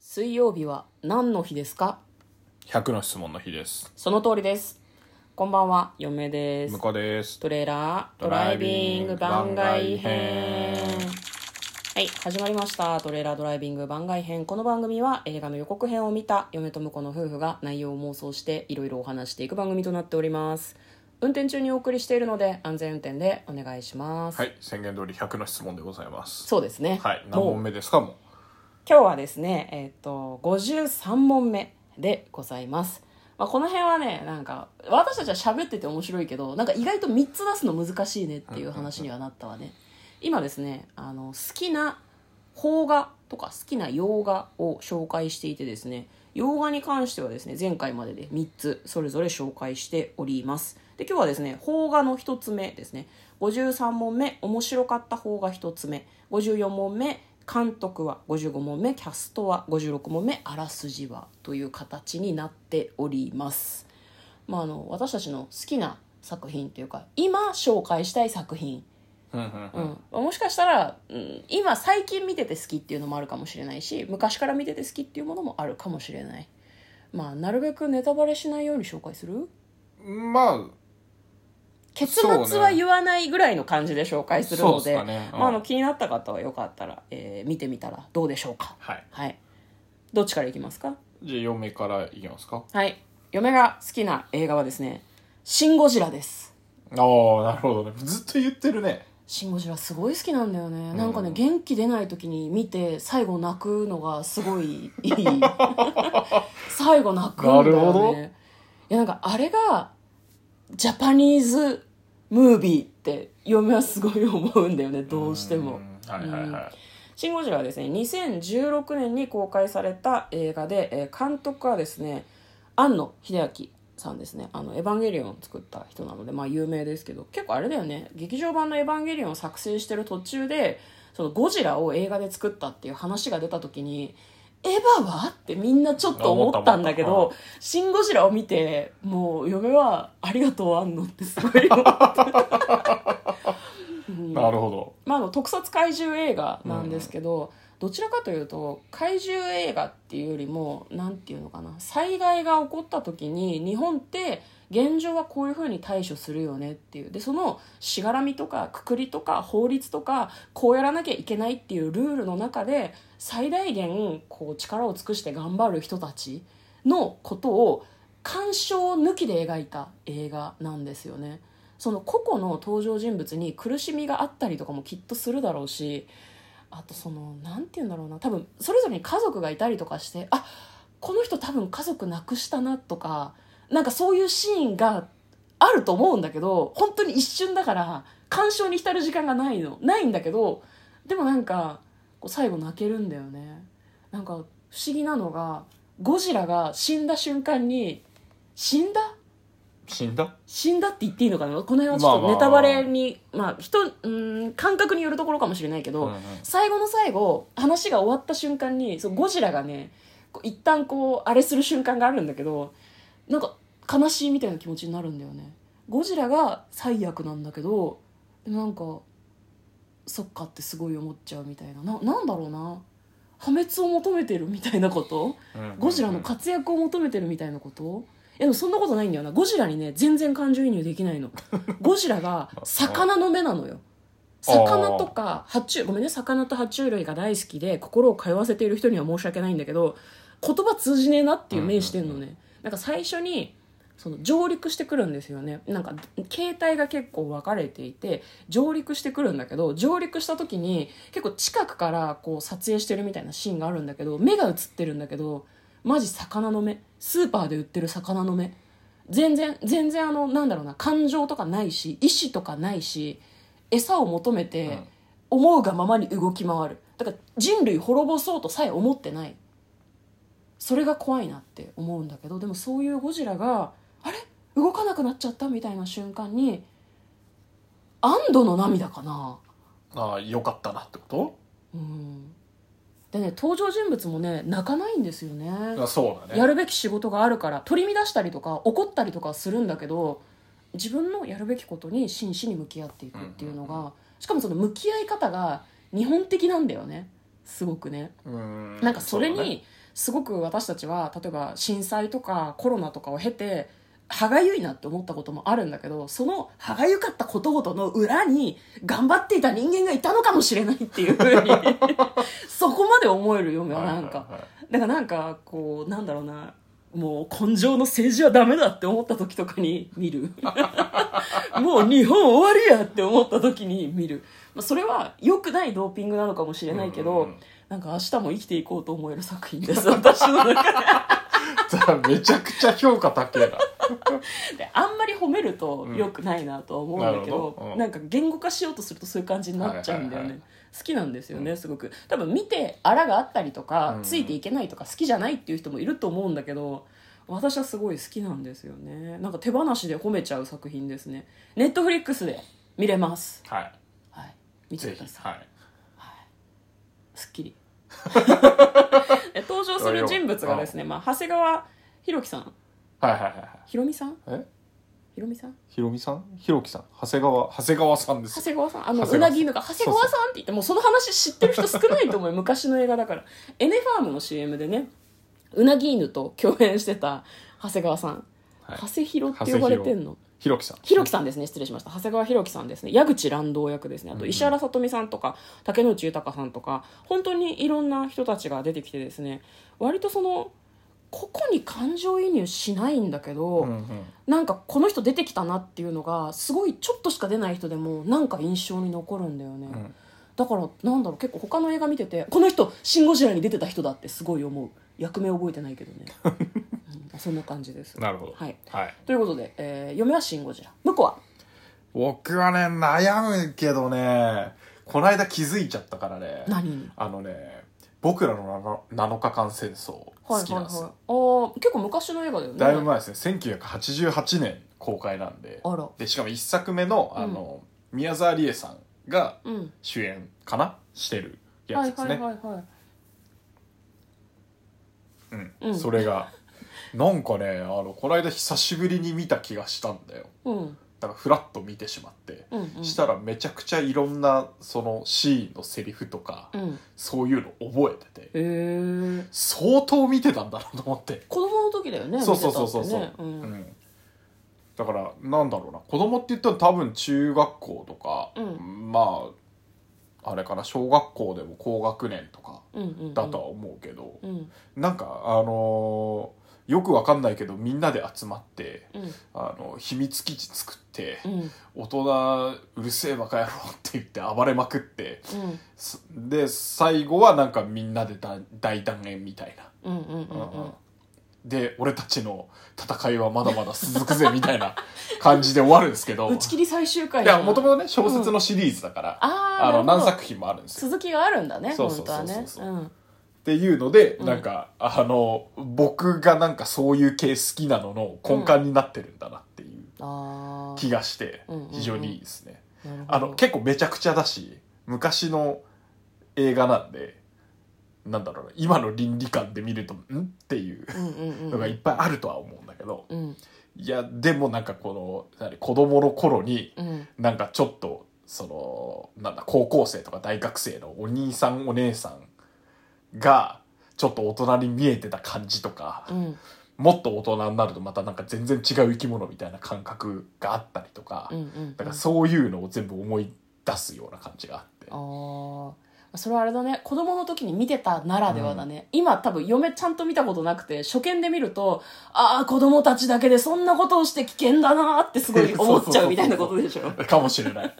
水曜日は何の日ですか100の質問の日ですその通りですこんばんは嫁です向こうですトレーラードライビング番外編はい始まりましたトレーラードライビング番外編この番組は映画の予告編を見た嫁と婿の夫婦が内容を妄想していろいろお話していく番組となっております運転中にお送りしているので安全運転でお願いします、はい宣言通り100の質問でございますそうですねはい何もう問目ですかもう今日はですねえっ、と53問目でございます、まあ、この辺はねなんか私たちは喋ってて面白いけどなんか意外と3つ出すの難しいねっていう話にはなったわね今ですねあの好きな邦画とか好きな洋画を紹介していてですね洋画に関してはですね前回までで3つそれぞれ紹介しておりますで今日はですね邦画の1つ目ですね53問目面白かった邦画1つ目54問目監督は55問目キャストは56問目あらすじはという形になっておりますまああの私たちの好きな作品というか今紹介したい作品うんうんうん、もしかしたら、うん、今最近見てて好きっていうのもあるかもしれないし昔から見てて好きっていうものもあるかもしれないまあなるべくネタバレしないように紹介するうんま結そう末ねは言わないぐらいの感じで紹介するのそうでっすかねうんまああの気になった方はよかったら、えー見てみたらどうでしょうかあはいはいどっちからいきますかじゃあ嫁からいきますかはい嫁が好きな映画はですね「シン・ゴジラ」ですああなるほどねずっと言ってるねシン・ゴジラすごい好きなんだよね、なんかね元気出ない時に見て最後泣くのがすごいいい 最後泣くんだよねなるほどいやなんかあれがジャパニーズムービーって嫁はすごい思うんだよねどうしても、んはいはいはいシン・ゴジラはですね2016年に公開された映画で、えー監督はですね庵野秀明さんですねあの「エヴァンゲリオン」を作った人なので、まあ、有名ですけど結構あれだよね劇場版の「エヴァンゲリオン」を作成してる途中でそのゴジラを映画で作ったっていう話が出た時に「エヴァは?」ってみんなちょっと思ったんだけ思ど「シン・ゴジラ」を見てもう嫁は「ありがとう庵野」ってすごい思った なるほまあ、あの特撮怪獣映画なんですけど、どちらかというと怪獣映画っていうよりもなんていうのかな災害が起こった時に日本って現状はこういうふうに対処するよねっていうでそのしがらみとかくくりとか法律とかこうやらなきゃいけないっていうルールの中で最大限こう力を尽くして頑張る人たちのことを鑑賞抜きで描いた映画なんですよねその個々の登場人物に苦しみがあったりとかもきっとするだろうしあとそのなんて言うんだろうな多分それぞれに家族がいたりとかしてあこの人多分家族亡くしたなとかなんかそういうシーンがあると思うんだけど本当に一瞬だから鑑賞に浸る時間がないのないんだけどでもなんかこう最後泣けるんだよねなんか不思議なのがゴジラが死んだ瞬間に死んだど死んだ死んだって言っていいのかなこの辺はちょっまとあまあネタバレに、まあ人うーん感覚によるところかもしれないけど、うんうん最後の最後話が終わった瞬間にそうゴジラがねこう一旦こうあれする瞬間があるんだけどなんか悲しいみたいな気持ちになるんだよねゴジラが最悪なんだけどでもなんかそっかってすごい思っちゃうみたいなななんだろうな破滅を求めてるみたいなことゴジラの活躍を求めてるみたいなこといやでもそんなことないんだよなゴジラにね全然感情移入できないのゴジラが魚の目なのよ魚とか爬虫ごめんね魚と爬虫類が大好きで心を通わせている人には申し訳ないんだけど言葉通じねえなっていう目してんのね、うんうなんか最初にその上陸してくるんですよねなんか携帯が結構分かれていて上陸してくるんだけど上陸した時に結構近くからこう撮影してるみたいなシーンがあるんだけど目が映ってるんだけどマジ魚の目スーパーで売ってる魚の目全然全然あのなんだろうな感情とかないし意志とかないし餌を求めうてん思うがままに動き回るだから人類滅ぼそうとさえ思ってないそれが怖いなって思うんだけどでもそういうゴジラがあれ動かなくなっちゃったみたいな瞬間に安堵の涙かなああよかったなってこうんでね登場人物もね泣かないんですよねとあそうだねやるべき仕事があるから取り乱したりとか怒ったりとかするんだけど自分のやるべきことに真摯に向き合っていくっていうのが、しかもその向き合い方が日本的なんだよねすごくねうんなんかそれにすごく私たちは例えば震災とかコロナとかを経て歯がゆいなって思ったこともあるんだけどその歯がゆかったことごとの裏に頑張っていた人間がいたのかもしれないっていうふ うにそこまで思えるよはいはいはいなんかだからなんかこうなんだろうなもう根性の政治はダメだって思った時とかに見る もう日本終わりやって思った時に見る、まあ、それは良くないドーピングなのかもしれないけど、うんうんうんなんか明日も生きていこうと思える作品です私の中でじゃ あめちゃくちゃ評価高えなであんまり褒めると良くないなとは思うんだけど,、うんなるほどうんなんか言語化しようとするとそういう感じになっちゃうんだよね、はいはいはい好きなんですよね、すごく多分見てあらがあったりとか、うんついていけないとか好きじゃないっていう人もいると思うんだけど私はすごい好きなんですよねなんか手放しで褒めちゃう作品ですねネットフリックスで見れますははい見いてぜくだひさいはいすっき りえ登場する人物がですね、まあ、長谷川博己さんはいはいはいはいひろみさんえひろみさんひろみさんひろきさん長谷川長谷川さんで長す谷川さんあの長谷川さうんなぎ犬が長谷川さんって言ってもうその話知ってる人少ないと思う よ昔の映画だからエネファームの CM でねうなぎ犬と共演してた長谷川さん、はい長谷博って呼ばれてんのひろきさんひろきさんですね失礼しました長谷川ひろきさんですね矢口蘭道役ですねあと石原さとみさんとか竹野内豊さんとか本当にいろんな人たちが出てきてですね割とその個々に感情移入しないんだけど、うんうんなんかこの人出てきたなっていうのがすごいちょっとしか出ない人でもなんか印象に残るんだよね、んだからなんだろう結構他の映画見ててこの人「シン・ゴジラ」に出てた人だってすごい思う役名覚えてないけど ね、うんそんな感じですなるほどはい、はいということで、えー嫁は「シン・ゴジラ」向こうは僕はね悩むけどねこの間気づいちゃったからね何にあのね僕らの 7, 日間戦争好きなんですよ、あー結構昔の映画だよねだいぶ前ですね1988年公開なんであらでしかも1作目のあの、宮沢りえさんがうん主演かなしてるやはついですね、はいはいはいうんうんそれがなんかねあのこの間久しぶりに見た気がしたんだようんだからフラッと見てしまって、うんうんしたらめちゃくちゃいろんなそのシーンのセリフとか、うんそういうの覚えててへー相当見てたんだなと思って子供の時だよねそうそうそうそうそう、見てたってねうんだからなんだろうな子供って言ったら多分中学校とか、うんまああれかな小学校でも高学年とかうんうんうんだとは思うけど、うんなんかあのーよくわかんないけどみんなで集まってうんあの秘密基地作って、うん大人うるせえバカ野郎って言って暴れまくってうんすで最後はなんかみんなでだ大団円みたいなうんうんうんうんで俺たちの戦いはまだまだ続くぜみたいな感じで終わるんですけど打ち切り最終回いやもとももとね小説のシリーズだから、あーあのなる何ほど作品もあるんですよ続きがあるんだねそうそ本う当そはうそうねうんっていうので、うんなんかあの僕がなんかそういう系好きなのの根幹になってるんだなっていうあ気がして、うんうんうん非常にいいですね、あなるほどあの結構めちゃくちゃだし昔の映画なんでなんだろうな今の倫理観で見るとんっていううんうんうんのがいっぱいあるとは思うんだけど、うんいやでもなんかこの何子供の頃にうんなんかちょっとそのなんだ高校生とか大学生のお兄さんお姉さんがちょっと大人に見えてた感じとか、うんもっと大人になるとまたなんか全然違う生き物みたいな感覚があったりとか、うんうんだからそういうのを全部思い出すような感じがあって。ああそれはあれだね子供の時に見てたならではだね、今多分嫁ちゃんと見たことなくて初見で見るとああ子供たちだけでそんなことをして危険だなーってすごい思っちゃうみたいなことでしょかもしれ ない。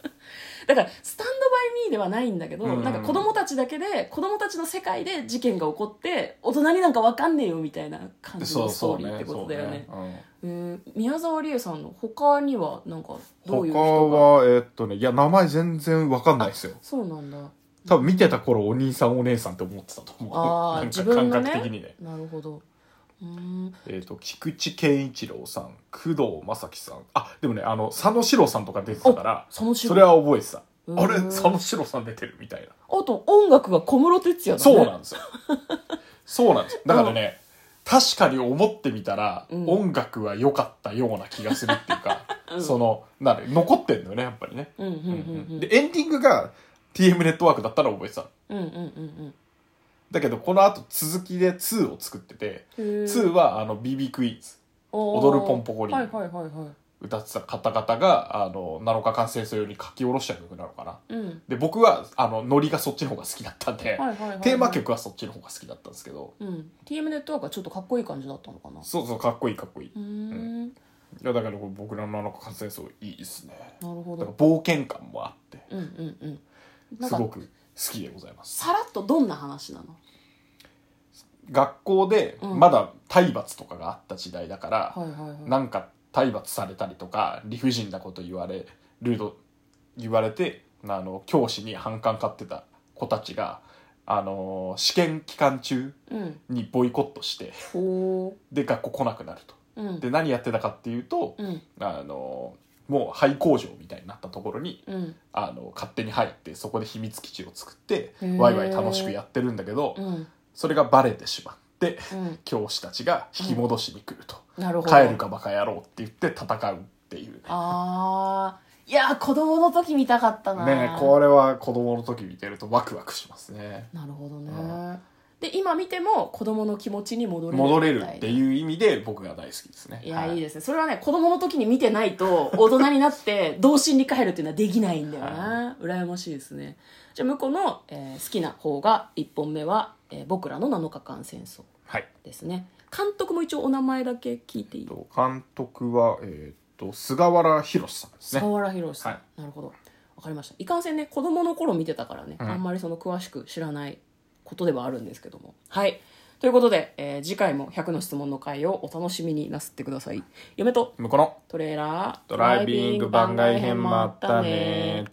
だからスタンドバイミーではないんだけど、うんうんなんか子供たちだけで子供たちの世界で事件が起こって大人になんかわかんねえよみたいな感じそのうストそーうリーっねて。ことそうだよねね。うんえー宮沢りえさんの他にはなんかどういう他人がは、えっとね、いや、名前全然わかんないですよ。そうなんだ多分見てた頃お兄さんお姉さんって思ってたと思うああ なん自か分感の覚ね的にねなるほどうーんえっ、と菊池健一郎さん工藤正樹さんあでもねあの佐野史郎さんとか出てたからそのそれは覚えてたうんあれ佐野史郎さん出てるみたいな、あと音楽が小室哲哉だねそうなんですよそうなんですだからね、確かに思ってみたら、うん音楽は良かったような気がするっていうか、 うんそのなんで残ってんのよねやっぱりね、うんうんうんうんでエンディングが TM ネットワークだったら覚えてたうんうんうんうんだけどこの後続きで2を作ってて、2はあの BB クイーンズ踊踊るポンポコリンはいはいはいは歌ってた方々があの7日間清掃用に書き下ろした曲なのかないうんで僕はあのノリがそっちの方が好きだったんはで、いはいはいはいテーマ曲はそっちの方が好きだったんですけどうん TM ネットワークはちょっとかっこいい感じだったのかなうそうそうかっこいいかっこいい、ーいんなやだからこれ僕らの7日間清掃いいですねるほだからど冒険感もあってうんうんうんなんすかごく好きでございますさらっとどんな話なの学校でうんまだ体罰とかがあった時代だから、はいはいはいなんか体罰されたりとか理不尽なこと言われると言われてあの教師に反感買ってた子たちがあの試験期間中うんにボイコットしてほで学校来なくなると。ううんで何やってたかっていうと、うんあのもう廃工場みたいになったところにうんあの勝手に入ってそこで秘密基地を作ってへーワイワイ楽しくやってるんだけどうんそれがバレてしまってうん教師たちが引き戻しに来ると。なるほど帰るかバカ野郎って言って戦うっていうあーいやー子供の時見たかったなねえこれは子供の時見てるとワクワクしますねなるほどね、うんで今見ても子供の気持ちに戻れる戻れるってういう意味で僕が大好きですねいや、、はいいですねそれはね子供の時に見てない と大人になって童心に帰るっていうのはできないんだよな、羨ましいですねじゃあ向こうの、えー好きな方が1本目は、えー僕らの7日間戦争」はいですね監督も一応お名前だけ聞いていいと監督はえーっと菅原宏さんですね沢原宏さん、はなるほどわかりましたいかんせんね子供の頃見てたからね、うんあんまりその詳しく知らないことではあるんですけどもはいということで、えー次回も100の質問の回をお楽しみになすってください嫁と向こうのトレーラードライビング番外編もあったね